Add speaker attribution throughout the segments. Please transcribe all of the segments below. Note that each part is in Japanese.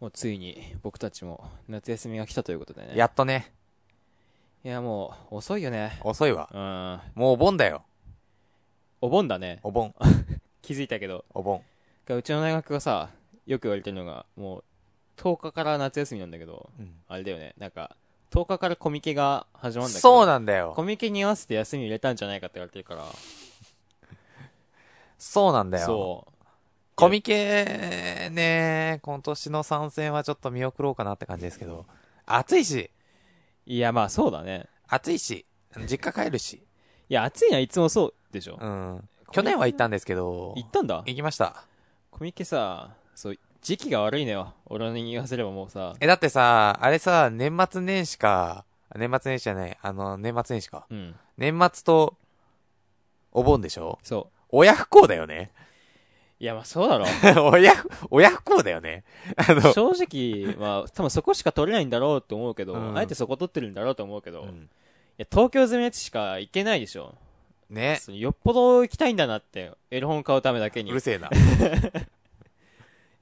Speaker 1: もうついに僕たちも夏休みが来たということでね。
Speaker 2: やっとね、
Speaker 1: いやもう遅いよね。
Speaker 2: 遅いわ。
Speaker 1: うん。
Speaker 2: もうお盆だよ。
Speaker 1: お盆だね。
Speaker 2: お 盆。
Speaker 1: 気づいたけど。
Speaker 2: お盆。
Speaker 1: うちの大学がさ、よく言われてるのが、もう10日から夏休みなんだけど、あれだよね。なんか、10日からコミケが始まるんだけど。
Speaker 2: そう
Speaker 1: だ。
Speaker 2: なんだ
Speaker 1: コ
Speaker 2: よ。
Speaker 1: ミケに合わせて休み入れたんじゃないかって言われてるから。
Speaker 2: そうなんだよ。
Speaker 1: そう。
Speaker 2: コミケね、今年の参戦はちょっと見送ろうかなって感じですけど。暑いし、
Speaker 1: いや、まあそうだね。
Speaker 2: 暑いし、実家帰るし。
Speaker 1: いや、暑いのはいつもそうでしょ。
Speaker 2: うん。去年は行ったんですけど、
Speaker 1: 行ったんだ
Speaker 2: 行きました。
Speaker 1: コミケさ、そう、時期が悪いのよ。俺に言わせればもうさ。
Speaker 2: え、だってさ、あれさ、年末年始か、年末年始じゃない、あの、年末年始か。
Speaker 1: うん。
Speaker 2: 年末と、お盆でしょ
Speaker 1: そ
Speaker 2: 親不孝だよね。
Speaker 1: う。いや、まあそうだろ。
Speaker 2: 親不、親不孝だよね。あの、
Speaker 1: 正直、まあ多分そこしか取れないんだろうと思うけど、
Speaker 2: うん
Speaker 1: あえてそこ取ってるんだろうと思うけど、
Speaker 2: う
Speaker 1: い
Speaker 2: ん
Speaker 1: や、東京攻めのやつしか行けないでしょ。
Speaker 2: ね。
Speaker 1: そのよっぽど行きたいんだなって、エロ本買うためだけ
Speaker 2: う
Speaker 1: に
Speaker 2: る。せえな。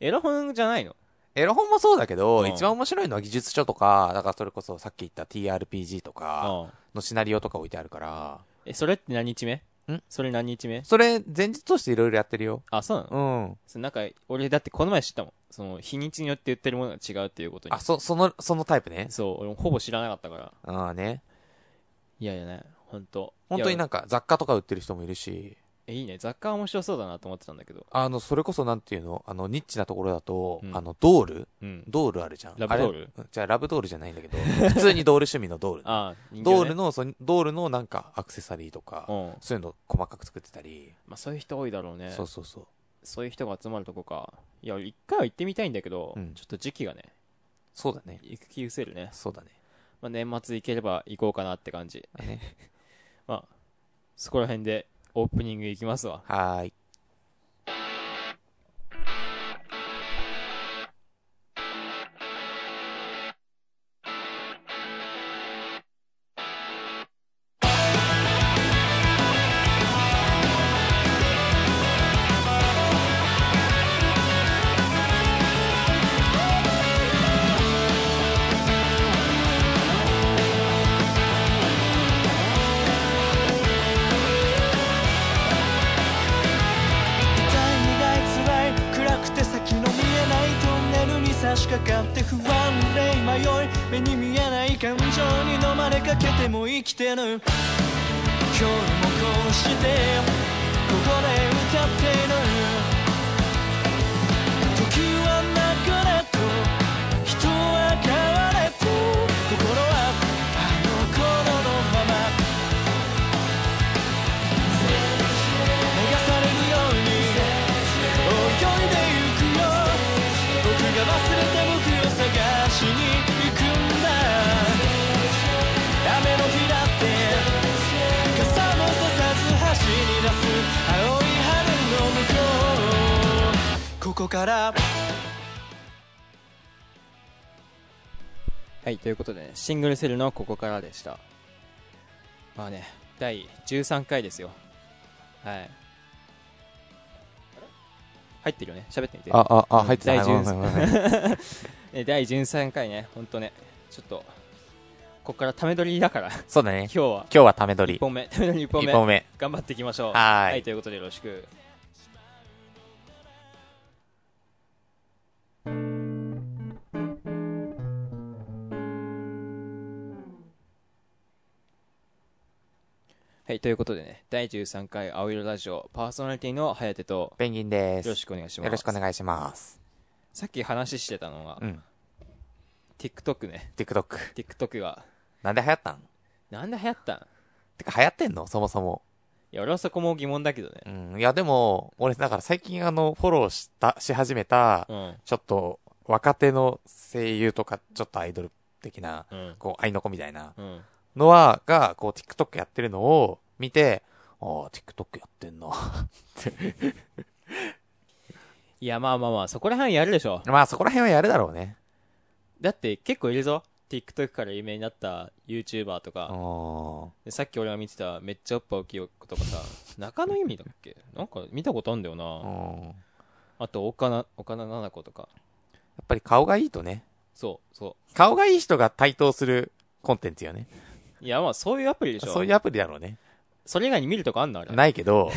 Speaker 1: エロ本じゃないの
Speaker 2: エロ本もそうだけど、
Speaker 1: うん
Speaker 2: 一番面白いのは技術書とか、だからそれこそさっき言った TRPG とか、
Speaker 1: うん。
Speaker 2: のシナリオとか置いてあるから、
Speaker 1: え、それって何日目
Speaker 2: ん
Speaker 1: それ何日目
Speaker 2: それ前日としていろいろやってるよ。
Speaker 1: あ、そうなの、
Speaker 2: うん。
Speaker 1: そなんか、俺だってこの前知ったもん。その、日にちによって言ってるものが違うっていうことに
Speaker 2: あ、。そ、その、そのタイプね。
Speaker 1: そう、俺もほぼ知らなかったから。
Speaker 2: ああね。
Speaker 1: いやいやね、ほんと。
Speaker 2: 本当に
Speaker 1: いや
Speaker 2: なんか雑貨とか売ってる人もいるし、
Speaker 1: えいいね、雑貨は面白そうだなと思ってたんだけど。
Speaker 2: あの、それこそなんていうのあの、ニッチなところだと、
Speaker 1: うん
Speaker 2: あの、ドール
Speaker 1: うん。
Speaker 2: ドールあるじゃん。
Speaker 1: ラブドール
Speaker 2: あれじゃあラブドールじゃないんだけど、普通にドール趣味のドール。
Speaker 1: ああ、人形ね
Speaker 2: ドールの、そドールのなんかアクセサリーとか、
Speaker 1: うん。
Speaker 2: そういうの細かく作ってたり、
Speaker 1: まあそういう人多いだろうね。
Speaker 2: そうそうそう。
Speaker 1: そういう人が集まるとこか。いや、俺一回は行ってみたいんだけど、
Speaker 2: うん
Speaker 1: ちょっと時期がね、
Speaker 2: そうだね。
Speaker 1: 行く気失せるね。
Speaker 2: そうだね。
Speaker 1: まあ年末行ければ行こうかなって感じ。
Speaker 2: ね
Speaker 1: まあ、そこら辺でオープニング行きますわ。
Speaker 2: はーい。
Speaker 3: 痛い苦い辛い暗くて先の見えないトンネルに差し掛かって不安で迷い目に見えない感情に飲まれかけても生きてる今日もこうしてここで歌っている時は流れと人は変われと心はあの頃のまま流されるように泳いでゆくよ僕が忘れた僕を探しに行くんだ雨の日だって傘もささず走り出す青い春の向こうここから
Speaker 1: はい、ということでね、シングルセルのここからでした。まあね、第13回ですよ。はい。入ってるよね喋ってみて。
Speaker 2: あ、あ、あ、入ってた。
Speaker 1: 大丈夫です
Speaker 2: はいはいはいはい
Speaker 1: え第13回ね、ほんとね、ちょっと、ここからため撮りだから、
Speaker 2: そうだね
Speaker 1: 今。日は、
Speaker 2: 今日はため撮り
Speaker 1: 1。本目、ため撮り1本
Speaker 2: 一
Speaker 1: 目、
Speaker 2: 本目。
Speaker 1: 頑張っていきましょう。
Speaker 2: はーい
Speaker 1: ということでよろしく。はい、ということでね、第13回青色ラジオ、パーソナリティの颯と、
Speaker 2: ペンギンです。
Speaker 1: よろしくお願いします。
Speaker 2: よろしくお願いします。
Speaker 1: さっき話してたのが、
Speaker 2: うん。
Speaker 1: TikTok ね、
Speaker 2: TikTok。
Speaker 1: TikTok が、
Speaker 2: なんで流行ったん
Speaker 1: なんで流行ったん
Speaker 2: てか流行ってんのそもそも。
Speaker 1: いや、俺はそこも疑問だけどね。
Speaker 2: うん。いや、でも、俺、だから最近あの、フォローした、し始めた、
Speaker 1: うん。
Speaker 2: ちょっと、若手の声優とか、ちょっとアイドル的な、
Speaker 1: うん。
Speaker 2: こう、愛の子みたいな
Speaker 1: うん。
Speaker 2: のは、が、こう、TikTok やってるのを見て、ああ、TikTok やってんな。
Speaker 1: いや、まあまあまあ、そこら辺やるでしょ。
Speaker 2: まあ、そこら辺はやるだろうね。
Speaker 1: だって結構いるぞ TikTok から有名になった YouTuber と
Speaker 2: う
Speaker 1: か、
Speaker 2: ん。
Speaker 1: でさっき俺が見てためっちゃおっぱ大きい子とかさ 中野由美だっけなんか見たことあんだよな、
Speaker 2: うん。
Speaker 1: あと岡な岡田奈々子とか
Speaker 2: やっぱり顔がいいとね、
Speaker 1: そう、そ
Speaker 2: 顔がいい人が対等するコンテンツよね。
Speaker 1: う。いや、まあ、そういうアプリでしょ。
Speaker 2: そういうアプリだろうね。
Speaker 1: それ以外に見るとこあんのあれ。
Speaker 2: ない けど、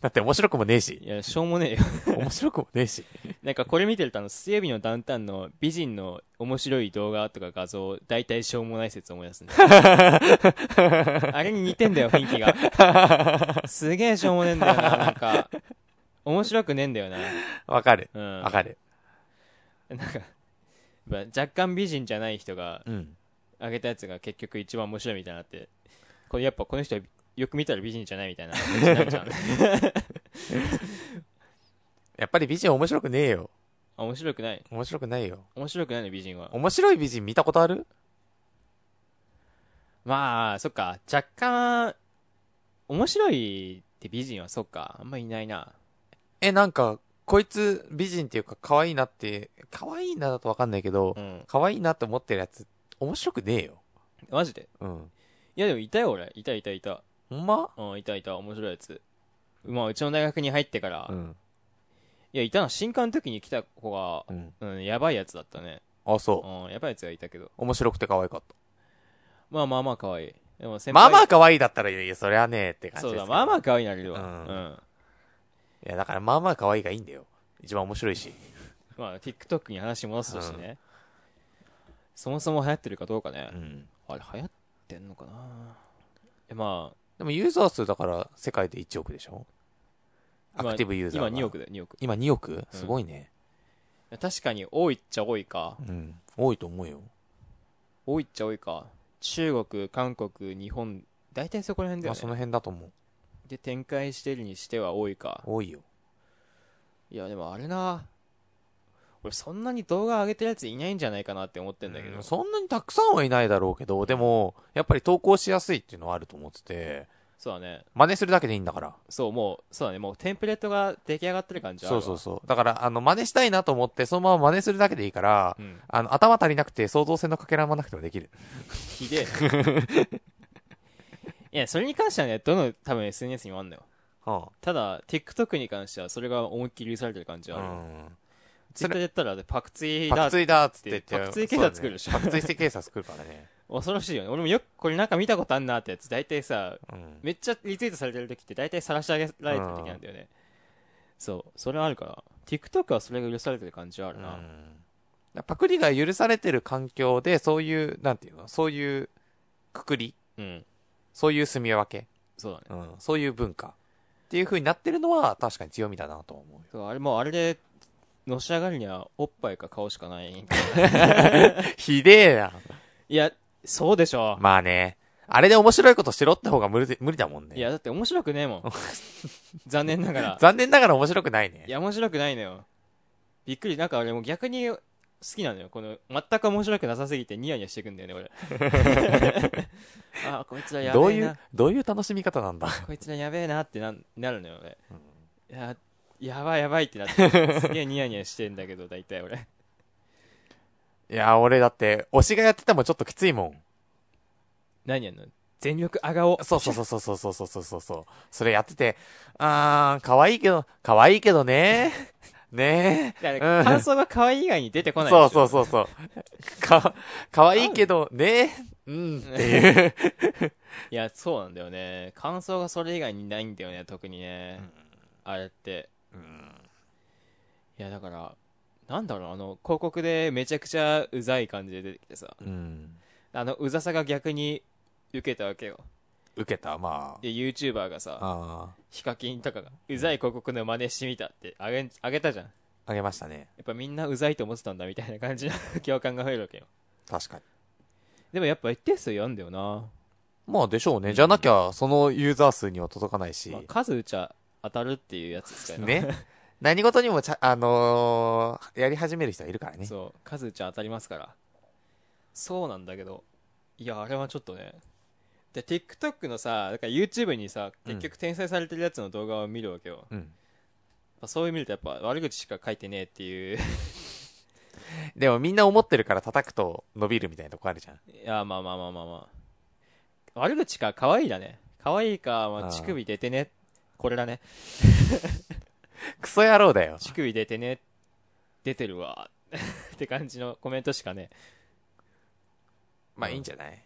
Speaker 2: だって面白くもねえし
Speaker 1: い、や、しょうもねえよ。
Speaker 2: 面白くもねえし。
Speaker 1: なんかこれ見てるとあの、水曜日のダウンタウンの美人の面白い動画とか画像、大体しょうもない説思い出すんだ よあれに似てんだよ、雰囲気が。すげえしょうもねえんだよな、なんか。面白くねえんだよな。
Speaker 2: わかる。
Speaker 1: うん。
Speaker 2: わかる。
Speaker 1: なんか、まあ若干美人じゃない人が
Speaker 2: うん。
Speaker 1: 上げたやつが結局一番面白いみたいになって、これやっぱこの人よく見たら美人じゃないみたいな感じになる じゃん。
Speaker 2: やっぱり美人面白くねえよ。
Speaker 1: あ面白くない
Speaker 2: 面白くないよ。
Speaker 1: 面白くないの美人は。
Speaker 2: 面白い美人見たことある
Speaker 1: まあ、そっか、若干、面白いって美人はそっか、あんまいないな。
Speaker 2: え、なんか、こいつ美人っていうか可愛いなって、可愛いなだとわかんないけど
Speaker 1: う、ん。
Speaker 2: 可愛いなって思ってるやつ、面白くねえよ。
Speaker 1: マジで
Speaker 2: うん。
Speaker 1: いやでもいたよ俺。いたいたいた。
Speaker 2: ほんま
Speaker 1: うん、いたいた、面白いやつ。まあ、うちの大学に入ってから、
Speaker 2: う
Speaker 1: い
Speaker 2: ん。
Speaker 1: や、いたな、新刊の時に来た子が、
Speaker 2: うん。
Speaker 1: うん、やばいやつだったね。
Speaker 2: あ、そうう。
Speaker 1: ん、やばいやつがいたけど。
Speaker 2: 面白くて可愛かった。
Speaker 1: まあまあまあ可愛い。でも先
Speaker 2: まあ
Speaker 1: 輩。
Speaker 2: まあ可愛いだったらいやいや、そりゃねえって感
Speaker 1: そ
Speaker 2: じです
Speaker 1: う
Speaker 2: けど。
Speaker 1: だ、まあまあ
Speaker 2: い
Speaker 1: 可愛いなれるわ。
Speaker 2: う
Speaker 1: うんん。
Speaker 2: や、だからまあまあ可愛いがいいんだよ。一番面白いし。
Speaker 1: まあ、TikTok に話戻すとしてね、そもそも流行ってるかどうかね。
Speaker 2: うん。
Speaker 1: あれ流行ってんのかなえ、まあ、
Speaker 2: でもユーザー数だから世界で1億でしょアクティブユーザーが。
Speaker 1: 今2億だよ2億
Speaker 2: 今2億すごいね。
Speaker 1: 確かに多いっちゃ多いか
Speaker 2: うん。多いと思うよ。
Speaker 1: 多いっちゃ多いか中国韓国日本大体そこら辺だ
Speaker 2: ま
Speaker 1: よ
Speaker 2: あそ
Speaker 1: ね
Speaker 2: の辺だと思う。
Speaker 1: で展開してるにしては多いか
Speaker 2: 多いよ。
Speaker 1: いやでもあれな俺そんなに動画上げてるやついないんじゃないかなって思ってんだけど
Speaker 2: うんそんなにたくさんはいないだろうけど、でも、やっぱり投稿しやすいっていうのはあると思ってて、
Speaker 1: そうだね
Speaker 2: 真似するだけでいいんだから。
Speaker 1: そうもうそうだねもうテンプレートが出来上がってる感じはあ
Speaker 2: そ
Speaker 1: る
Speaker 2: う
Speaker 1: わ
Speaker 2: そうそう。だから、あの、真似したいなと思って、そのまま真似するだけでいいから、
Speaker 1: うん
Speaker 2: あの、頭足りなくて、創造性のかけらもなくてもできる。
Speaker 1: ひで えいやそれに関してはねどの多分 SNS にもあんのよ
Speaker 2: うん。
Speaker 1: ただ TikTok に関してはそれが思いっきり許されてる感じはある、
Speaker 2: うん。
Speaker 1: ツイッターでやったら、パクツイ
Speaker 2: パ
Speaker 1: だ
Speaker 2: クツイだっつって言って。
Speaker 1: パクツイ警察来るでしょ
Speaker 2: そうだねパクツイ警察来るからね。
Speaker 1: 恐ろしいよね。俺もよく、これなんか見たことあんなってやつ、大体さ、
Speaker 2: うん。
Speaker 1: めっちゃリツイートされてる時って大体晒し上げられてる時なんだよね。そう、それはあるから。TikTok はそれが許されてる感じはある
Speaker 2: う
Speaker 1: な。
Speaker 2: んパクリが許されてる環境で、そういう、なんていうの、そういうくくり、
Speaker 1: うん、
Speaker 2: そういう住み分け、
Speaker 1: そうだね。
Speaker 2: うん、そういう文化っていう風になってるのは確かに強みだなとは思うよ。
Speaker 1: そうあれもうあれで、のし上がるにはおっぱいか顔しかない。い
Speaker 2: ひでえな。
Speaker 1: や、そうでしょ。
Speaker 2: まあね、あれで面白いことしろって方が無理で無理だもんね。
Speaker 1: いや、だって面白くねえもん。残念ながら。
Speaker 2: 残念ながら面白くないね。
Speaker 1: いや、面白くないのよ。びっくり、なんか俺もう逆に好きなのよ。この、全く面白くなさすぎてニヤニヤしてくんだよね、俺。 あ、こいつらやべえな。
Speaker 2: どういう、どういう楽しみ方なんだ。
Speaker 1: こいつらやべえなってなんなるのよ、俺。いや、やばいやばいってな って、すげえニヤニヤしてんだけど、大体俺。
Speaker 2: いや、俺だって、推しがやっててもちょっときついもん。
Speaker 1: 何やんの全力あがお。
Speaker 2: そうそうそうそうそうそうそうそうそう。それやってて、あー、可愛いけど、可愛いけどね。ね
Speaker 1: だか
Speaker 2: う
Speaker 1: ら
Speaker 2: ん
Speaker 1: 感想が可愛い以外に出てこない
Speaker 2: そうそう
Speaker 1: う。
Speaker 2: そうそう。か、可愛いけどね。うんっていう。
Speaker 1: いや、そうなんだよね。感想がそれ以外にないんだよね、特にね。あれって。いや、だから、なんだろう、あの、広告でめちゃくちゃうざい感じで出てきてさ、
Speaker 2: うん。
Speaker 1: あの、うざさが逆に受けたわけよ。
Speaker 2: 受けた、ま
Speaker 1: で、YouTuber が
Speaker 2: あ。
Speaker 1: さ、
Speaker 2: あ
Speaker 1: ヒカキンとかが、うざい広告の真似してみたってあげ、あげたじゃん。や
Speaker 2: あ。あげましたね。
Speaker 1: っぱみんなうざいと思ってたんだみたいな感じの 共感が増えるわけよ。
Speaker 2: 確かに。
Speaker 1: でもやっぱ一定数やんだよな。
Speaker 2: まあでしょうね。じゃなきゃ、そのユーザー数には届かないし。
Speaker 1: まあ、数打ちゃ当たるっていうやつですからね。
Speaker 2: ね。何事にもちゃ、あのーやり始める人はいるからね。
Speaker 1: そう、数打ちゃ当たりますから。そうなんだけど、いや、あれはちょっとね。で、TikTok のさ、だから YouTube にさ、
Speaker 2: うん
Speaker 1: 結局転載されてるやつの動画を見るわけよ。やっ
Speaker 2: うん。
Speaker 1: ぱそういう見るとやっぱ悪口しか書いてねえっていう。
Speaker 2: でもみんな思ってるから叩くと伸びるみたいなとこあるじゃん。
Speaker 1: いや、まあまあまあまあまあ。悪口か、可愛いだね。可愛いか、ま
Speaker 2: あ
Speaker 1: あ、
Speaker 2: あ
Speaker 1: 乳首出てね。これだね。
Speaker 2: クソ野郎だよ。
Speaker 1: 乳首出てね。出てるわ。 って感じのコメントしかね。
Speaker 2: まあいいんじゃない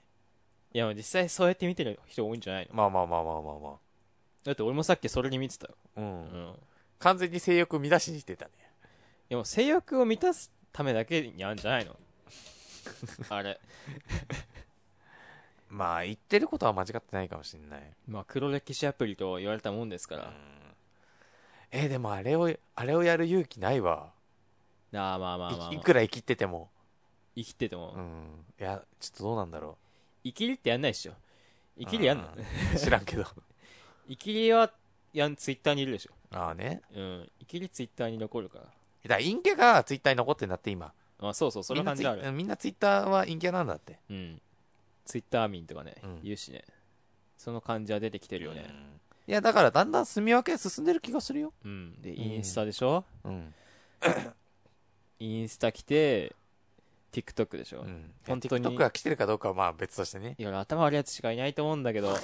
Speaker 1: いや、実際そうやって見てる人多いんじゃないの
Speaker 2: まあまあまあまあまあま
Speaker 1: だって俺もさっきそれに見てたよ。
Speaker 2: あ。う。
Speaker 1: うんん。
Speaker 2: 完全に性欲乱しにしてたね。
Speaker 1: でも性欲を満たすためだけにあるんじゃない のあれ。
Speaker 2: まあ言ってることは間違ってないかもしれない。
Speaker 1: まあ黒歴史アプリと言われたもんですから。
Speaker 2: えーでもあれを、あれをやる勇気ないわ。
Speaker 1: ああまあまあまあ、まあ
Speaker 2: いいくら生きてても。
Speaker 1: 生きてても、
Speaker 2: うん。いや、ちょっとどうなんだろ
Speaker 1: 生きりってやんないでしょ。
Speaker 2: う。
Speaker 1: 生きりやんの
Speaker 2: うん知らんけど。
Speaker 1: 生きりは、やん、ツイッターにいるでしょ。
Speaker 2: ああね。
Speaker 1: うん。生きりツイッターに残るから。
Speaker 2: だから陰キャがツイッターに残ってんだって今。
Speaker 1: まあそうそう、その感じある。
Speaker 2: みんなツイみんなツイッターは陰キャなんだって。
Speaker 1: うん。ツイッター民とかね、
Speaker 2: うん
Speaker 1: 言うしね。その感じは出てきてるよね。
Speaker 2: いや、だからだんだん住み分け進んでる気がするよ。
Speaker 1: うん。で、
Speaker 2: ん
Speaker 1: インスタでしょ、
Speaker 2: うん。
Speaker 1: インスタ来て、TikTok でしょ、
Speaker 2: う
Speaker 1: い
Speaker 2: ん。
Speaker 1: 本当に
Speaker 2: TikTok が来てるかどうかはまあ別としてね。
Speaker 1: や、俺頭悪いやつしかいないと思うんだけど、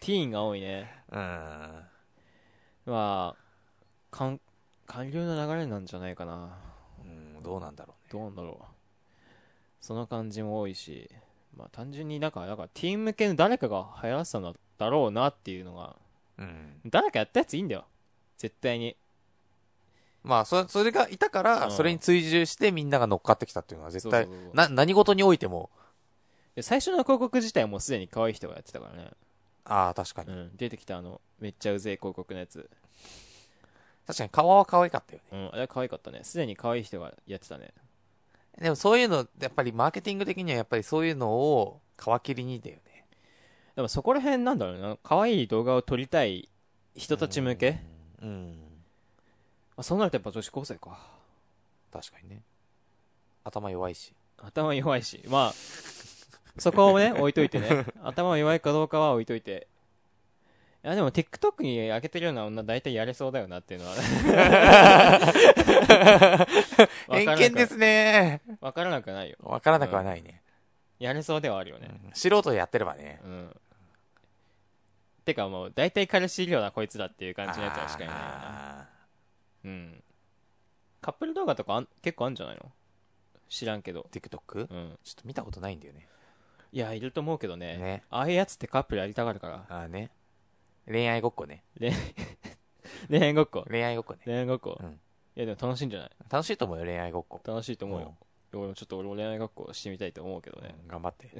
Speaker 1: ティーンが多いね。
Speaker 2: うん。
Speaker 1: まあ、かん、韓流の流れなんじゃないかな。
Speaker 2: うん、どうなんだろう
Speaker 1: ど
Speaker 2: ね。
Speaker 1: うなんだろう。その感じも多いし、まあ単純になんか、なんかティーン向けの誰かが流行らせたんだろうなっていうのが、
Speaker 2: うん。
Speaker 1: 誰かやったやついいんだよ。絶対に。
Speaker 2: まあ、そ、それがいたから、
Speaker 1: うん
Speaker 2: それに追従してみんなが乗っかってきたっていうのは絶対、
Speaker 1: そうそうそう
Speaker 2: な、何事においても、
Speaker 1: で最初の広告自体もうすでに可愛い人がやってたからね。
Speaker 2: ああ、確か
Speaker 1: う
Speaker 2: に。
Speaker 1: ん。出てきたあの、めっちゃうぜえ広告のやつ。
Speaker 2: 確かに顔は可愛かったよね。
Speaker 1: うん。あれ可愛かったね。すでに可愛い人がやってたね。
Speaker 2: でもそういうの、やっぱりマーケティング的にはやっぱりそういうのを皮切りにだよね。
Speaker 1: でもそこら辺なんだろうな。可愛い動画を撮りたい人たち向け。
Speaker 2: うん。
Speaker 1: あそうなるとやっぱ女子高生か。
Speaker 2: 確かにね。頭弱いし。
Speaker 1: 頭弱いし。まあ、そこを ね、置いといてね。頭弱いかどうかは置いといて。いや、でも TikTok に上げてるような女大体やれそうだよなっていうの は。わから
Speaker 2: 偏
Speaker 1: な
Speaker 2: 見
Speaker 1: く
Speaker 2: で。すね。
Speaker 1: わからなくないよ。
Speaker 2: わからなくはないね。
Speaker 1: やれそうではあるよね。
Speaker 2: 素人でやってればね。
Speaker 1: うん。てかもう、大体彼氏いるようなこいつらっていう感じのやつはしかいないよな。
Speaker 2: あ
Speaker 1: うん。カップル動画とかあん結構あるんじゃないの知らんけど。
Speaker 2: ー TikTok? ちょっ
Speaker 1: うん。
Speaker 2: と見たことないんだよね。
Speaker 1: いや、いると思うけどね。
Speaker 2: ね
Speaker 1: ああいうやつってカップルやりたがるから。
Speaker 2: ああね。恋愛ごっこね。
Speaker 1: 恋 恋愛ごっこ。
Speaker 2: 恋愛ごっこね。
Speaker 1: 恋愛ごっこ。
Speaker 2: うん
Speaker 1: いや、でも楽しいんじゃない
Speaker 2: 楽しいと思うよ、恋愛ごっこ。
Speaker 1: 楽しいと思うよ
Speaker 2: うん。
Speaker 1: 俺もちょっと俺も恋愛ごっこしてみたいと思うけどね。
Speaker 2: うん頑張って。
Speaker 1: い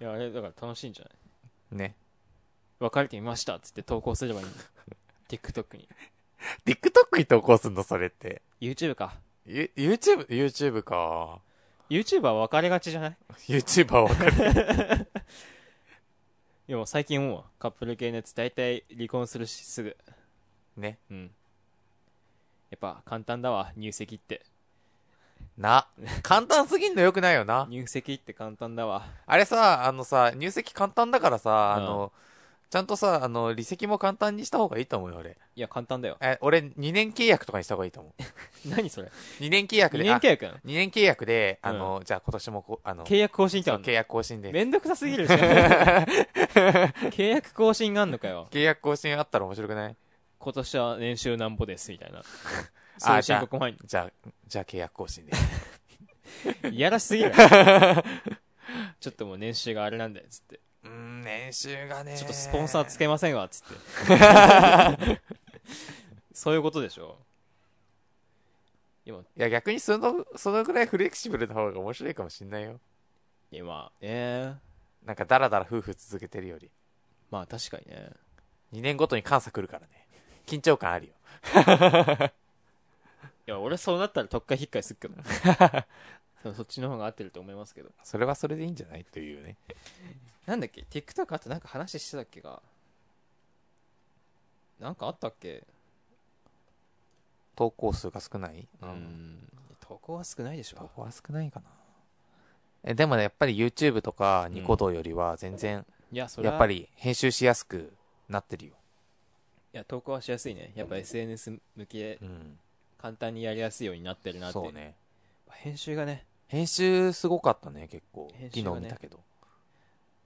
Speaker 1: や、あれ、だから楽しいんじゃない
Speaker 2: ね。
Speaker 1: 別れてみましたっつって投稿すればいいの。TikTok に。
Speaker 2: TikTok に投稿すんの、それって。
Speaker 1: YouTube か。
Speaker 2: ゆ YouTube、YouTube か。
Speaker 1: YouTube は別れがちじゃない
Speaker 2: YouTuber わかる。
Speaker 1: いやもう最近思うわカップル系のやつ大体離婚するしすぐ
Speaker 2: ね。
Speaker 1: うんやっぱ簡単だわ入籍って
Speaker 2: な。簡単すぎんのよくないよな。
Speaker 1: 入籍って簡単だわ
Speaker 2: あれさ、あのさ、入籍簡単だからさ、あ
Speaker 1: うん
Speaker 2: の、ちゃんとさ、あの、離籍も簡単にした方がいいと思うよ、俺。
Speaker 1: いや簡単だよ
Speaker 2: え、俺、2年契約とかにした方がいいと思う。
Speaker 1: 何それ
Speaker 2: 2年契約
Speaker 1: 2
Speaker 2: で。
Speaker 1: 年契約なの
Speaker 2: あ二年契約で、あの、じゃあ今年もこ、あの、
Speaker 1: 契約更新って
Speaker 2: そ
Speaker 1: あ
Speaker 2: うん
Speaker 1: の
Speaker 2: 契約更新で。
Speaker 1: めんどくさすぎ るじゃん契約更新があんのかよ
Speaker 2: 契約更新あったら面白くない
Speaker 1: 今年は年収なんぼですみたいな
Speaker 2: あ
Speaker 1: そういう申告も入ん
Speaker 2: じゃあ、じゃあ契約更新で。
Speaker 1: のいやらし すぎるちょっともう年収があれなんだよつって
Speaker 2: うーん、年収がね。
Speaker 1: ちょっとスポンサーつけませんわ、つって。 そういうことでしょ。今、
Speaker 2: いや、逆にその、そのぐらいフレキシブルな方が面白いかもしんないよ。
Speaker 1: 今、ええ
Speaker 2: なんかダラダラ夫婦続けてるより。
Speaker 1: まあ確かにね。
Speaker 2: 2年ごとに監査来るからね。緊張感あるよ。
Speaker 1: いや、俺そうなったら特会引っかいすっけ ど。そそっちの方が合ってると思いますけど。
Speaker 2: それはそれでいいんじゃないというね。
Speaker 1: なんだっけ ?TikTok あとなんか話してたっけが。なんかあったっけ
Speaker 2: 投稿数が少ない。
Speaker 1: う。ん。投稿は少ないでし
Speaker 2: 投
Speaker 1: ょ。
Speaker 2: 稿は少ないかな。え、でもね、やっぱり YouTube とかニコ動よりは全然、
Speaker 1: いや、それは。
Speaker 2: やっぱ。り編集しやすくなってるよ。
Speaker 1: いや、投稿はしやすいね。やっぱ SNS 向きで
Speaker 2: うん。
Speaker 1: 簡単にやりやすいようになってるなって。
Speaker 2: そう。ね。
Speaker 1: 編集がね、
Speaker 2: 編集すごかったね、結構
Speaker 1: 編。集
Speaker 2: 昨
Speaker 1: がね
Speaker 2: 日見たけど。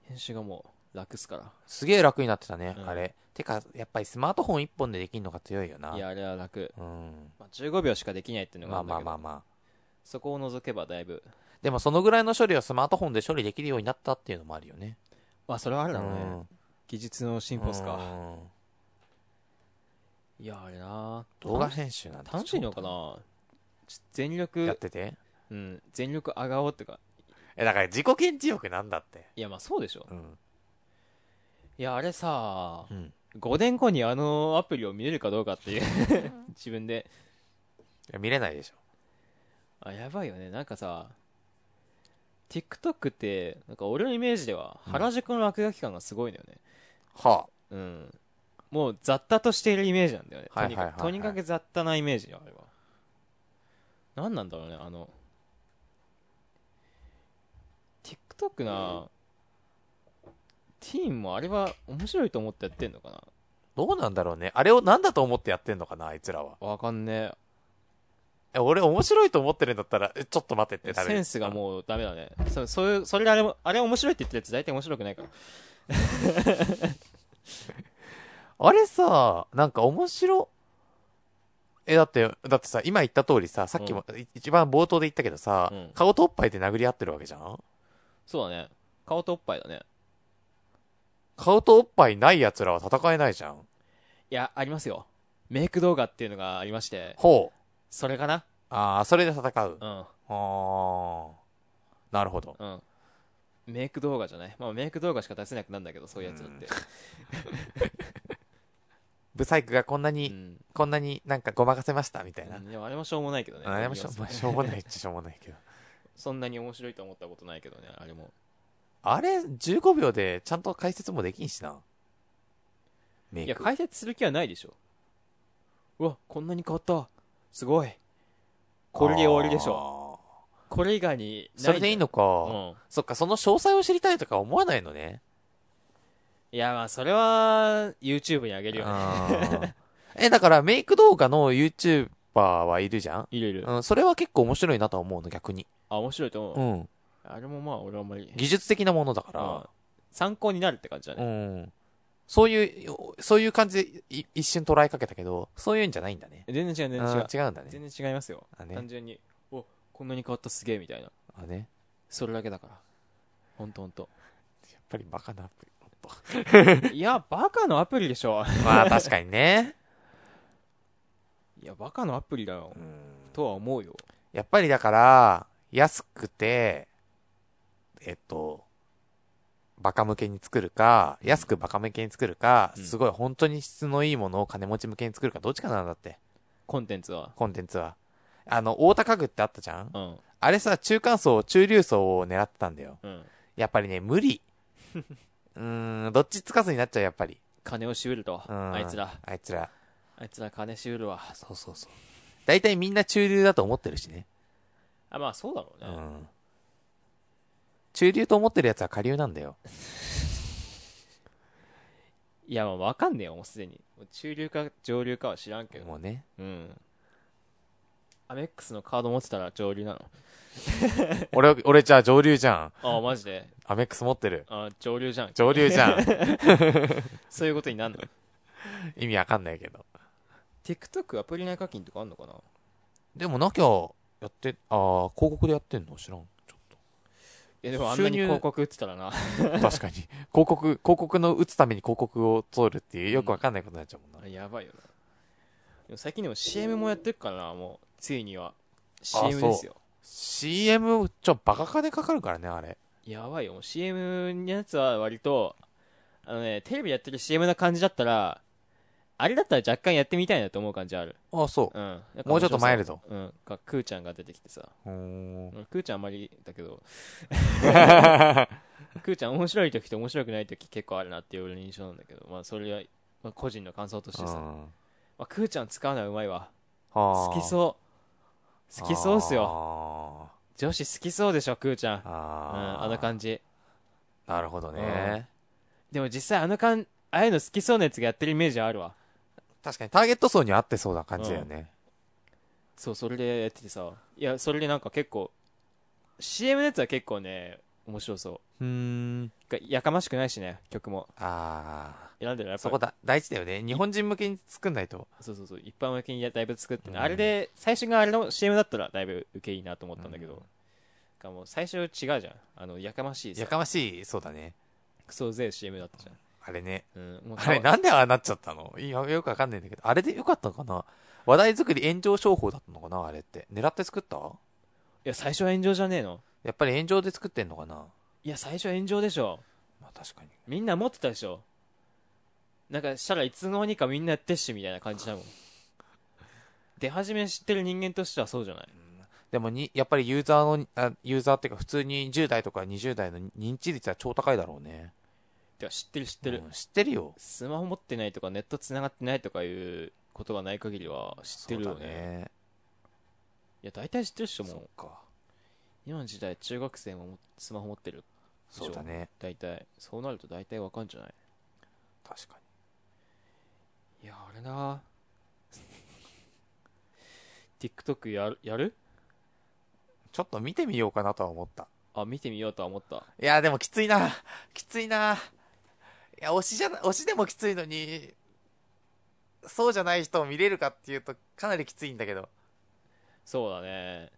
Speaker 1: 編集がもう楽っすか
Speaker 2: すげえ楽になってたね、
Speaker 1: うん
Speaker 2: あれ。てか、やっぱりスマートフォン一本でできるのが強いよな。
Speaker 1: ら。いや、あれは楽。
Speaker 2: うん。
Speaker 1: まあ、15秒しかできないっていうのが
Speaker 2: ま
Speaker 1: あ
Speaker 2: あ
Speaker 1: るんだ
Speaker 2: まあ
Speaker 1: けど、
Speaker 2: まあまあ。
Speaker 1: そこを除けばだいぶ。
Speaker 2: でもそのぐらいの処理をスマートフォンで処理できるようになったっていうのもあるよね。
Speaker 1: まあ、それはあるだろうね。
Speaker 2: うん
Speaker 1: 技術の進歩っすか。
Speaker 2: うん
Speaker 1: いや、あれな
Speaker 2: 動画編集なんて
Speaker 1: 楽しいのかなちょ全
Speaker 2: やっ
Speaker 1: 力、
Speaker 2: てて。
Speaker 1: うん、全力あがおうってか。
Speaker 2: え、だから自己顕示欲なんだって。
Speaker 1: いや、まあそうでしょ。
Speaker 2: うん。
Speaker 1: いや、あれさ、
Speaker 2: うん。
Speaker 1: 5年後にあのアプリを見れるかどうかっていう 自分で
Speaker 2: 見れないでしょ。
Speaker 1: あやばいよねなんかさ TikTok ってなんか俺のイメージでは
Speaker 2: うん
Speaker 1: 原宿の落書き感がすごいんだよね
Speaker 2: は
Speaker 1: うん、もう雑多としているイメージなんだよねと
Speaker 2: はい
Speaker 1: に
Speaker 2: はいはい
Speaker 1: か
Speaker 2: はい
Speaker 1: くとにかく雑多なイメージよあれは何なんだろうねあの TikTok な、ティーンもあれは面白いと思ってやってんのかな
Speaker 2: どうなんだろうね。あれを何だと思ってやってんのかな、あいつらは。
Speaker 1: わかんねえ
Speaker 2: え、俺面白いと思ってるんだったら、えちょっと待ってってなる。
Speaker 1: センスがもうダメだね。そそういう、それであれも、あれ面白いって言ってるやつ大体面白くないから。
Speaker 2: あれさ、なんか面白、え、だって、だってさ、今言った通りさ、さっきも、い一番冒頭で言ったけどさ、
Speaker 1: うん
Speaker 2: 顔とおっぱいで殴り合ってるわけじゃん
Speaker 1: そうだね。顔とおっぱいだね。
Speaker 2: 顔とおっぱいない奴らは戦えないじゃん。
Speaker 1: いや、ありますよ。メイク動画っていうのがありまして、
Speaker 2: ほう。
Speaker 1: それかな
Speaker 2: ああ、それで戦う。
Speaker 1: うん、
Speaker 2: ああ。なるほど。
Speaker 1: うん。メイク動画じゃない。まあメイク動画しか出せなくなるんだけど、そういうやつらって。
Speaker 2: ブサイクがこんな
Speaker 1: う
Speaker 2: に、
Speaker 1: ん。
Speaker 2: こんなになんかごまかせました、みたいな。
Speaker 1: でもあれもしょうもないけどね。
Speaker 2: あれもしょうしょうもないっちゃしょうもないけど。
Speaker 1: そんなに面白いと思ったことないけどね、あれも。
Speaker 2: あれ、15秒でちゃんと解説もできんしな。メ
Speaker 1: い
Speaker 2: イ
Speaker 1: や、
Speaker 2: ク。
Speaker 1: 解説する気はないでしょ。うわ、こんなに変わった。すごい。これで終わりでしょ。
Speaker 2: ょ。
Speaker 1: これ以外にない。
Speaker 2: それでいいのか。
Speaker 1: うん。
Speaker 2: そっか、その詳細を知りたいとか思わないのね。
Speaker 1: いや、まあ、それは、YouTube にあげるよね。
Speaker 2: うんえ、だからメイク動画の YouTuber はいるじゃん
Speaker 1: 入れる。
Speaker 2: うん、それは結構面白いなとは思うの、逆に。
Speaker 1: あ、面白いと
Speaker 2: う
Speaker 1: 思う。
Speaker 2: ん。
Speaker 1: あれもまあ、俺はあんまり、
Speaker 2: 技術的なものだから。
Speaker 1: うん参考になるって感じだ
Speaker 2: う
Speaker 1: ね。
Speaker 2: ん。そういう、そういう感じでい一瞬捉えかけたけど、そういうんじゃないんだね。
Speaker 1: 全然違う、全然違
Speaker 2: あ
Speaker 1: う。
Speaker 2: ー違うんだね。
Speaker 1: 全然違いますよ。
Speaker 2: あね
Speaker 1: 単純に、お、こんなに変わったすげえみたいな。
Speaker 2: あね。
Speaker 1: それだけだから。ほんとほんと。
Speaker 2: やっぱりバカなアプ
Speaker 1: いや、 バカのアプリでしょ。
Speaker 2: リ。まあ確かにね。
Speaker 1: いや、バカのアプリだよ
Speaker 2: う。ん
Speaker 1: とは思うよ。
Speaker 2: やっぱりだから、安くて、えっと、バカ向けに作るか、安くバカ向けに作るか、
Speaker 1: うん
Speaker 2: すごい本当に質のいいものを金持ち向けに作るか、どっちかなんだって、
Speaker 1: コンテンツは。
Speaker 2: コンテンツは。あの、大高具ってあったじゃん
Speaker 1: うん。
Speaker 2: あれさ、中間層、中流層を狙ってたんだよ。
Speaker 1: うん。
Speaker 2: やっぱりね、無理。うーん、どっちつかずになっちゃう、やっぱり。
Speaker 1: 金をしうると。
Speaker 2: うん。
Speaker 1: あいつら。。
Speaker 2: あいつら。
Speaker 1: あいつら金しうるわ。
Speaker 2: そうそうそう。大体みんな中流だと思ってるしね。
Speaker 1: あ、まあ、そうだろう
Speaker 2: う
Speaker 1: ね。
Speaker 2: ん。中流と思ってるやつは下流なんだよ。
Speaker 1: いや、まあ、わかんねえよ、もうすでに。中流か上流かは知らんけど。
Speaker 2: もうね。
Speaker 1: うん。アメックスのカード持ってたら上流なの。
Speaker 2: 俺、俺じゃあ上流じゃん。
Speaker 1: ああ、マジで。
Speaker 2: アメックス持ってる。
Speaker 1: ああ、上流じゃん。
Speaker 2: 上流じゃ ん。
Speaker 1: そういうことになるの。
Speaker 2: 意味わかんないけど。
Speaker 1: TikTok アプリ内課金とかあんのかな
Speaker 2: でもなきゃ、やって、ああ、広告でやってんの知ら ん。
Speaker 1: いや、でもあんなに
Speaker 2: 収入
Speaker 1: 広告打ってたらな。
Speaker 2: 確かに。広告、広告の打つために広告を通るっていう、よくわかんないことになっちゃうもんな。
Speaker 1: あれやばいよな。でも最近でも CM もやってるからな、もう。ついには。CM ですよ。
Speaker 2: CM、ちょ、バカ金かかるからね、あれ。
Speaker 1: やばいよ。もう CM のやつは割と、あのね、テレビでやってる CM な感じだったら、あれだったら若干やってみたいなと思う感じある。
Speaker 2: ああ、そ
Speaker 1: うん。なんか
Speaker 2: う。もうちょっとマイル
Speaker 1: 面白
Speaker 2: ド。
Speaker 1: そう。うん。か、クーちゃんが出てきてさ。
Speaker 2: うー ん。
Speaker 1: うんクーちゃんあんまりだけどクーちゃん面白い時と面白くない時結構あるなっていう俺の印象なんだけどまあそれは、まあ、個人の感想としてさ、まあ、クーちゃん使うのはうまいわ好き
Speaker 2: う。
Speaker 1: そう好きそうっすよ
Speaker 2: よ。
Speaker 1: 女子好きそうでしょクーちゃんうん
Speaker 2: ああ。
Speaker 1: あの感じ
Speaker 2: じ。なるほどね。
Speaker 1: でも実際あのかんああいうの好きそうなやつがやってるイメージはあるわ
Speaker 2: 確かにターゲット層に合ってそうな感じだよね。
Speaker 1: そうそれでやっててさいやそれでなんか結構 CM のやつは結構ね面白そう
Speaker 2: ーん。
Speaker 1: がやかましくないしね曲も
Speaker 2: あ
Speaker 1: 選んでるや
Speaker 2: あ、
Speaker 1: っぱ
Speaker 2: そこだ、大事だよね。日本人向けに作んないと。
Speaker 1: そうそうそう一般向けにやだいぶ作ってる、
Speaker 2: うん
Speaker 1: あれで最初があれの CM だったらだいぶ受けいいなと思ったんだけど、
Speaker 2: うん
Speaker 1: がもう最初違うじゃんあのやかましいさ
Speaker 2: やかましい、そうだね。
Speaker 1: クソぜえ CM だったじ
Speaker 2: あれね。
Speaker 1: ゃん、うん、もう
Speaker 2: あれ、なんでああなっちゃったのいや、よくわかんないんだけど。あれでよかったのかな話題作り炎上商法だったのかなあれって。狙って作った
Speaker 1: いや最初は炎上じゃねえの
Speaker 2: やっぱり炎上で作ってんのかない
Speaker 1: や最初は炎上でしょ
Speaker 2: まあ確かに。
Speaker 1: みんな持ってたでしょなんかしたらいつの間にかみんなやってっしみたいな感じだもん出始め知ってる人間としてはそうじゃない
Speaker 2: でもに、やっぱりユーザーの、あユーザーっていうか普通に10代とか20代の認知率は超高いだろうね。
Speaker 1: てか知ってる知ってる、
Speaker 2: うん知ってるよ。
Speaker 1: スマホ持ってないとかネット繋がってないとかいうことがない限りは知ってるよ
Speaker 2: そ
Speaker 1: ね
Speaker 2: うだね。
Speaker 1: いや大体知ってるっしょも
Speaker 2: そううか。
Speaker 1: 今の時代中学生ももスマホ持ってる
Speaker 2: そうだね。
Speaker 1: 大体そうなると大体わかんじゃない
Speaker 2: 確かに。
Speaker 1: いやあれな TikTok やるやる
Speaker 2: ちょっと見てみようかなとは思った。
Speaker 1: あ見てみようとは思った
Speaker 2: いや、でもきついな。きついな。いや、推しじゃな、推しでもきついのに、そうじゃない人を見れるかっていうと、かなりきついんだけど。
Speaker 1: そうだね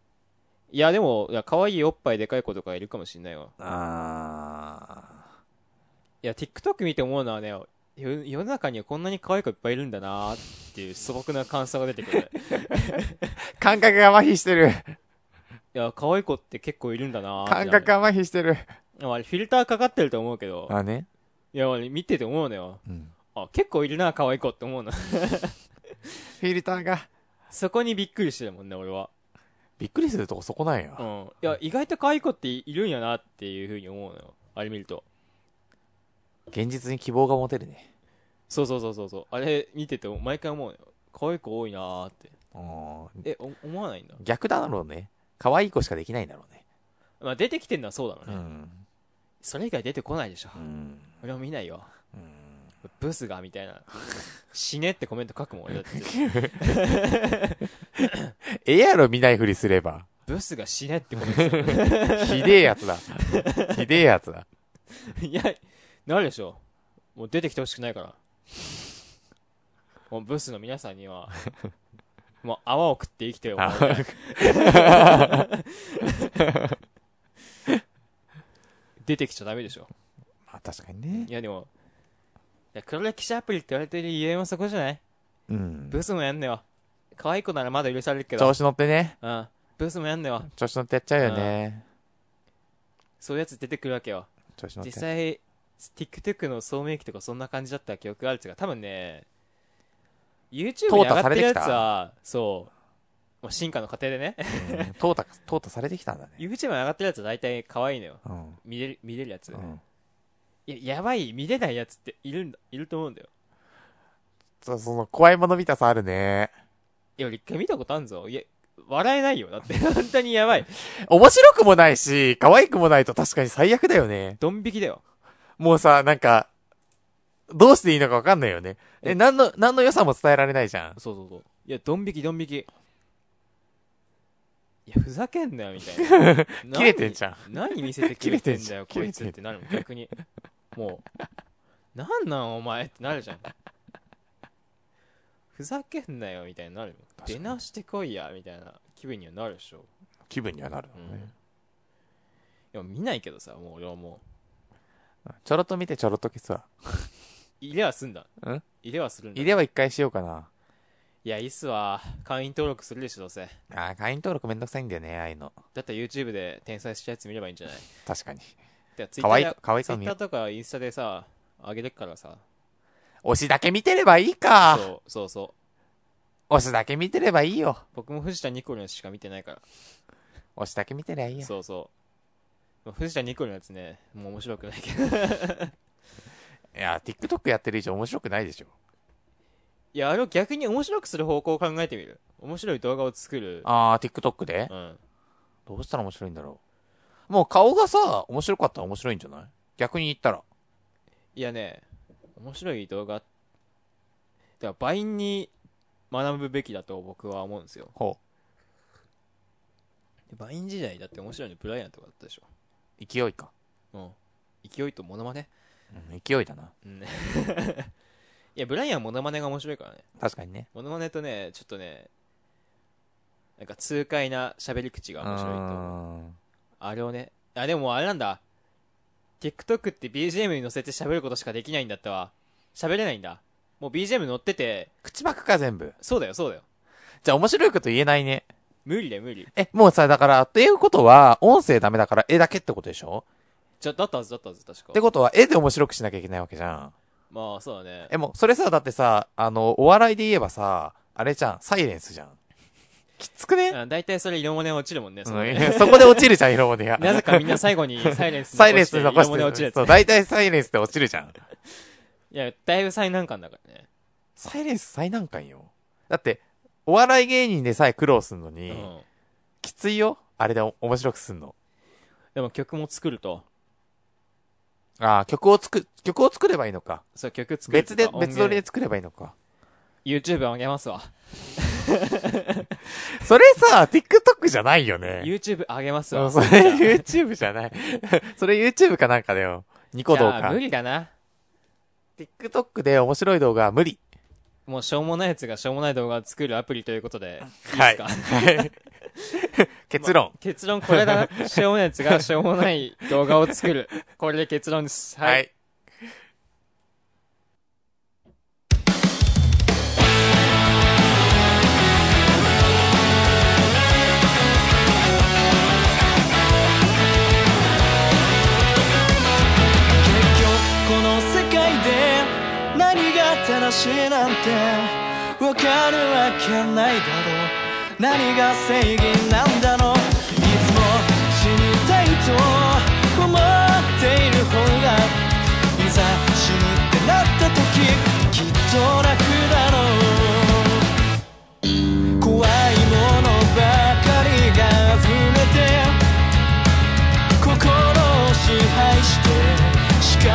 Speaker 1: いやでもいや可愛いおっぱいでかい子とかいるかもしんないわ
Speaker 2: あ
Speaker 1: いや TikTok 見て思うのはねよ世の中にはこんなに可愛い子いっぱいいるんだなーっていう素朴な感想が出てくる
Speaker 2: ー。感覚が麻痺してる。
Speaker 1: いや可愛い子って結構いるんだなーって
Speaker 2: 感覚が麻痺してる。
Speaker 1: でもあれフィルターかかってると思うけど
Speaker 2: あね。
Speaker 1: いや俺見てて思うのよ
Speaker 2: うん。
Speaker 1: あ結構いるな可愛い子って思うの
Speaker 2: フィルターが。
Speaker 1: そこにびっくりしてるもんね俺は
Speaker 2: びっくりするとこそこなんや。
Speaker 1: うんいや意外と可愛い子っているんやなっていうふうに思うのよあれ見ると
Speaker 2: 現実に希望が持てるね。
Speaker 1: そうそうそうそうそうあれ見てて毎回思うのよ可愛い子多いなーって
Speaker 2: うん。
Speaker 1: えお思わないんだ、
Speaker 2: 逆だろうね。可愛い子しかできないんだろうね。
Speaker 1: まあ、出てきてるのはそうだろうね、
Speaker 2: ん。
Speaker 1: それ以外出てこないでしょ、
Speaker 2: うん。
Speaker 1: 俺も見ないよ
Speaker 2: うん。
Speaker 1: ブスがみたいな死ねってコメント書くもん俺だって
Speaker 2: ええやろ、見ないふりすれば。
Speaker 1: ブスが死ねってコメント
Speaker 2: ひでえやつ だ。ひでえやつだ。
Speaker 1: いや、なるでしょう。もう出てきてほしくないから。もうブスの皆さんには、もう泡を食って生きてよ。
Speaker 2: あ
Speaker 1: 出てきちゃダメでしょ。
Speaker 2: まあ確かにね
Speaker 1: い。やでも、いや黒歴史アプリって言われてる理由もそこじゃない
Speaker 2: うん。
Speaker 1: ブスもやんねよ。可愛い子ならまだ許されるけど
Speaker 2: 調。子乗ってね。
Speaker 1: うん。ブスもやんねよ。
Speaker 2: 調子乗ってやっちゃうよね。
Speaker 1: そういうやつ出てくるわけよ。
Speaker 2: 調子乗って。
Speaker 1: 実際、TikTok の聡明期とかそんな感じだった記憶があるっつうか、多分ね、YouTube に上
Speaker 2: 淘汰
Speaker 1: が
Speaker 2: さ
Speaker 1: っ
Speaker 2: れ
Speaker 1: て
Speaker 2: て
Speaker 1: る
Speaker 2: き
Speaker 1: やつ
Speaker 2: た
Speaker 1: は、そう、まあ、進化の過程でね、
Speaker 2: うん淘汰、淘汰されてきたんだね。
Speaker 1: YouTube に上がってるやつは大体可愛いのよ。
Speaker 2: うん。
Speaker 1: 見れる、見れるやつ。
Speaker 2: うん。
Speaker 1: いや、やばい、見れないやつっているんだ、いると思うんだよ。
Speaker 2: そその、怖いもの見たさあるね。
Speaker 1: いや、俺一回見たことあるぞ。いや、笑えないよ。だって、 本当にやばい。
Speaker 2: 面白くもないし、可愛くもないと確かに最悪だよね。
Speaker 1: ドン引きだよ。
Speaker 2: もうさ、なんか、どうしていいのかわかんないよね。え、何の、何の良さも伝えられないじゃん。。
Speaker 1: そうそうそう。いや、ドン引き、ドン引き。いや、ふざけんなよ、みたいな
Speaker 2: 切れてんじゃん。
Speaker 1: 何見せてくれてんだよ、
Speaker 2: 切
Speaker 1: こ
Speaker 2: れ
Speaker 1: い
Speaker 2: て
Speaker 1: つ
Speaker 2: んじゃん
Speaker 1: ってなるもん、逆に。もう、なんなんお前ってなるじゃん。ふざけんなよ、みたいになるもん
Speaker 2: 確かに
Speaker 1: 出直してこいや、みたいな気分にはなるでしょ。
Speaker 2: 気分にはなる
Speaker 1: う
Speaker 2: の
Speaker 1: ん。
Speaker 2: ね。
Speaker 1: いや、見ないけどさ、もう俺はもう、
Speaker 2: ちょろっと見てちょろっと消すわ。
Speaker 1: 入れはすんだ。
Speaker 2: ん
Speaker 1: 入れはするんだ。
Speaker 2: 入れは一回しようかな。
Speaker 1: いや、いいっすわ。会員登録するでしょ、どうせ。
Speaker 2: あー会員登録めんどくさいんだよね、ああいうの。
Speaker 1: だったら YouTube で転載したやつ見ればいいんじゃない
Speaker 2: 確かに。
Speaker 1: だ
Speaker 2: かわいいかわいい
Speaker 1: ツイ
Speaker 2: か
Speaker 1: ッ
Speaker 2: 見
Speaker 1: タ
Speaker 2: よ
Speaker 1: ーとかインスタでさ、上げてっからさ。
Speaker 2: 推しだけ見てればいいか。
Speaker 1: そう、そうそう。
Speaker 2: 推しだけ見てればいいよ。
Speaker 1: 僕も藤田ニコルのやつしか見てないから。
Speaker 2: 推しだけ見てりゃいいよ。
Speaker 1: そうそう。まあ藤田ニコルのやつね、もう面白くないけど。
Speaker 2: いや、TikTok やってる以上面白くないでしょ。
Speaker 1: いや、あれを逆に面白くする方向を考えてみる。面白い動画を作る。
Speaker 2: あー、TikTok で
Speaker 1: うん。
Speaker 2: どうしたら面白いんだろう。もう顔がさ、面白かったら面白いんじゃない逆に言ったら。
Speaker 1: いやね、面白い動画、だから倍に学ぶべきだと僕は思うんですよ。
Speaker 2: ほ
Speaker 1: バイン時代だって面白いのブライアンとかだったでしょ。
Speaker 2: う。勢いか。
Speaker 1: うん。勢いとモノマネ
Speaker 2: うん勢いだな。
Speaker 1: うん。いや、ブライアンはモノマネが面白いからね。
Speaker 2: 確かにね。
Speaker 1: モノマネとね、ちょっとね、なんか痛快な喋り口が面白いと思う。あれをね、あ、でもあれなんだ。TikTok って BGM に乗せて喋ることしかできないんだったわ。喋れないんだ。もう BGM 乗ってて、
Speaker 2: 口ばくか、全部。
Speaker 1: そうだよ、そうだよ。
Speaker 2: じゃあ面白いこと言えないね。
Speaker 1: 無理だよ、無理。
Speaker 2: え、もうさ、だから、っていうことは、音声ダメだから絵だけってことでしょ
Speaker 1: じゃ、だったはずだったはず、確か。
Speaker 2: ってことは、絵で面白くしなきゃいけないわけじゃん。
Speaker 1: まあ、そうだね。
Speaker 2: え、もう、それさ、だってさ、あの、お笑いで言えばさ、あれじゃん、サイレンスじゃん。きつくね
Speaker 1: あ大体それ色物に落ちるもんね、そのね
Speaker 2: うんそこで落ちるじゃん、色物が。
Speaker 1: なぜかみんな最後 にサイレンス
Speaker 2: サイレンスで
Speaker 1: 残
Speaker 2: 残
Speaker 1: して色物に落ち
Speaker 2: し
Speaker 1: る
Speaker 2: て
Speaker 1: やつ
Speaker 2: そう、大体サイレンスで落ちるじゃん。
Speaker 1: いや、だいぶ最難関だからね。
Speaker 2: サイレンス最難関よ。だって、お笑い芸人でさえ苦労すんの
Speaker 1: う
Speaker 2: に、
Speaker 1: ん。
Speaker 2: きついよ。あれでお面白くすんの。
Speaker 1: でも曲も作ると。
Speaker 2: ああ、曲を作、曲を作ればいいのか。
Speaker 1: そう、曲作るとか。
Speaker 2: 別で、
Speaker 1: 音源
Speaker 2: 別撮りで作ればいいのか。
Speaker 1: YouTube 上げますわ。
Speaker 2: それさ、TikTok じゃないよね。
Speaker 1: YouTube 上げます
Speaker 2: そ
Speaker 1: わ。
Speaker 2: うそれ YouTube じゃない。 それ YouTube かなんかだよ。ニコ動
Speaker 1: いや
Speaker 2: 画
Speaker 1: 無。理だな。
Speaker 2: TikTok で面白い動画は無理。
Speaker 1: もうしょうもないやつがしょうもない動画を作るアプリということで。
Speaker 2: はいい。
Speaker 1: っすか
Speaker 2: はい。結論。
Speaker 1: 結論これだな。しょうもないやつが しょうもない動画を作る。これで結論です。
Speaker 2: は
Speaker 1: はい。
Speaker 2: い。
Speaker 3: 結局この世界で何が正しいなんてわかるわけないだろう何が正義なんだろういつも死にたいと思っている方がいざ死ぬってなった時きっと楽だろう怖いものばかりが溢れて心を支配して視界は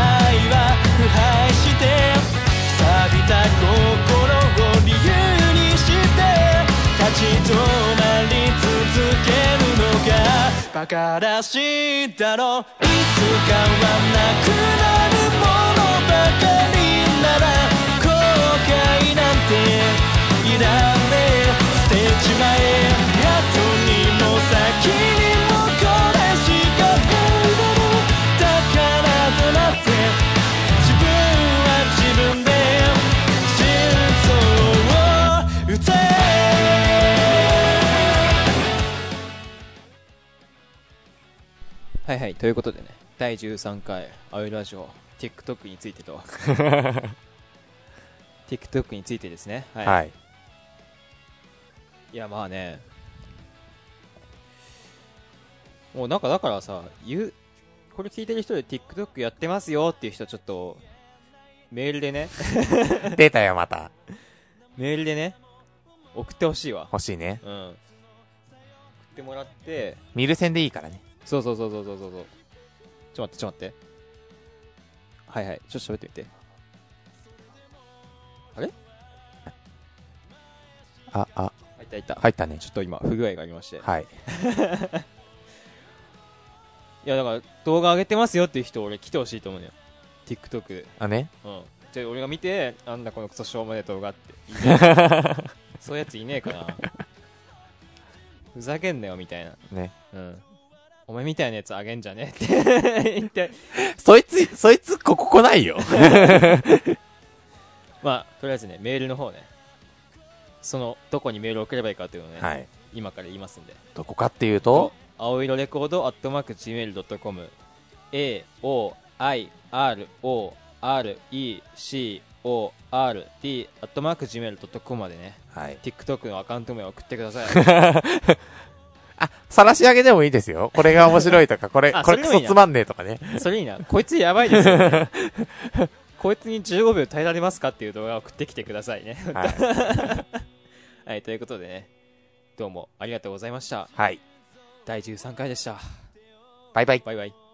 Speaker 3: 腐敗して錆びた心を理由にして立ち止まり続けるのがバカらしいだろういつかはなくなるものばかりなら後悔なんていらねえ捨てちまえ後にも先にもこれしかないだろうだからとなって自分は自分で心臓を打て
Speaker 1: はいはい。ということでね。第13回、あおいラジオ、TikTok について と。TikTok についてですね。はい。
Speaker 2: はい。
Speaker 1: いやまあねもうなんかだからさ言うこれ聞いてる人で TikTok やってますよっていう人ちょっとメールでね
Speaker 2: データやまた。
Speaker 1: メールでね送ってほしいわ
Speaker 2: 欲しいね。
Speaker 1: うん送ってもらって
Speaker 2: 見る線でいいからね。
Speaker 1: そうそうそうそうそうそうそうちょっと待ってちょっと待ってはいはいちょっと喋ってみて
Speaker 2: あ、あ、
Speaker 1: あいたいた、
Speaker 2: 入ったね
Speaker 1: ち。ょっと今不具合がありまして
Speaker 2: はい。
Speaker 1: いやだから動画上げてますよっていう人俺来てほしいと思うのよ TikTok で
Speaker 2: あね。
Speaker 1: うん、じゃあ俺が見てなんだこのクソしょうもねえ動画って言いたい そういうやついねえかなふざけんなよみたいな、
Speaker 2: ね。
Speaker 1: うん、お前みたいなやつあげんじゃねえって言って
Speaker 2: そいつ、そいつ、ここ来ないよ。
Speaker 1: まあとりあえずねメールの方ねそのどこにメールを送ればいいかというのをね、
Speaker 2: はい。
Speaker 1: 今から言いますんで
Speaker 2: どこかっていうと、
Speaker 1: 青色レコードアットマーク Gmail.com AOIRORECORD アットマーク Gmail.com までね
Speaker 2: はい。
Speaker 1: TikTok のアカウント名を送ってください。
Speaker 2: 晒し上げでもいいですよ。これが面白いとか、これ、
Speaker 1: あ
Speaker 2: これク
Speaker 1: それでもい
Speaker 2: ソ
Speaker 1: いな
Speaker 2: つまんねえとかね。
Speaker 1: それいいな。こいつやばいですよ、ね。こいつに15秒耐えられますかっていう動画を送ってきてくださいね。
Speaker 2: はい。
Speaker 1: はい、ということでね、どうもありがとうございました。
Speaker 2: はい。
Speaker 1: 第13回でした。
Speaker 2: バイバイ。
Speaker 1: バイバイ。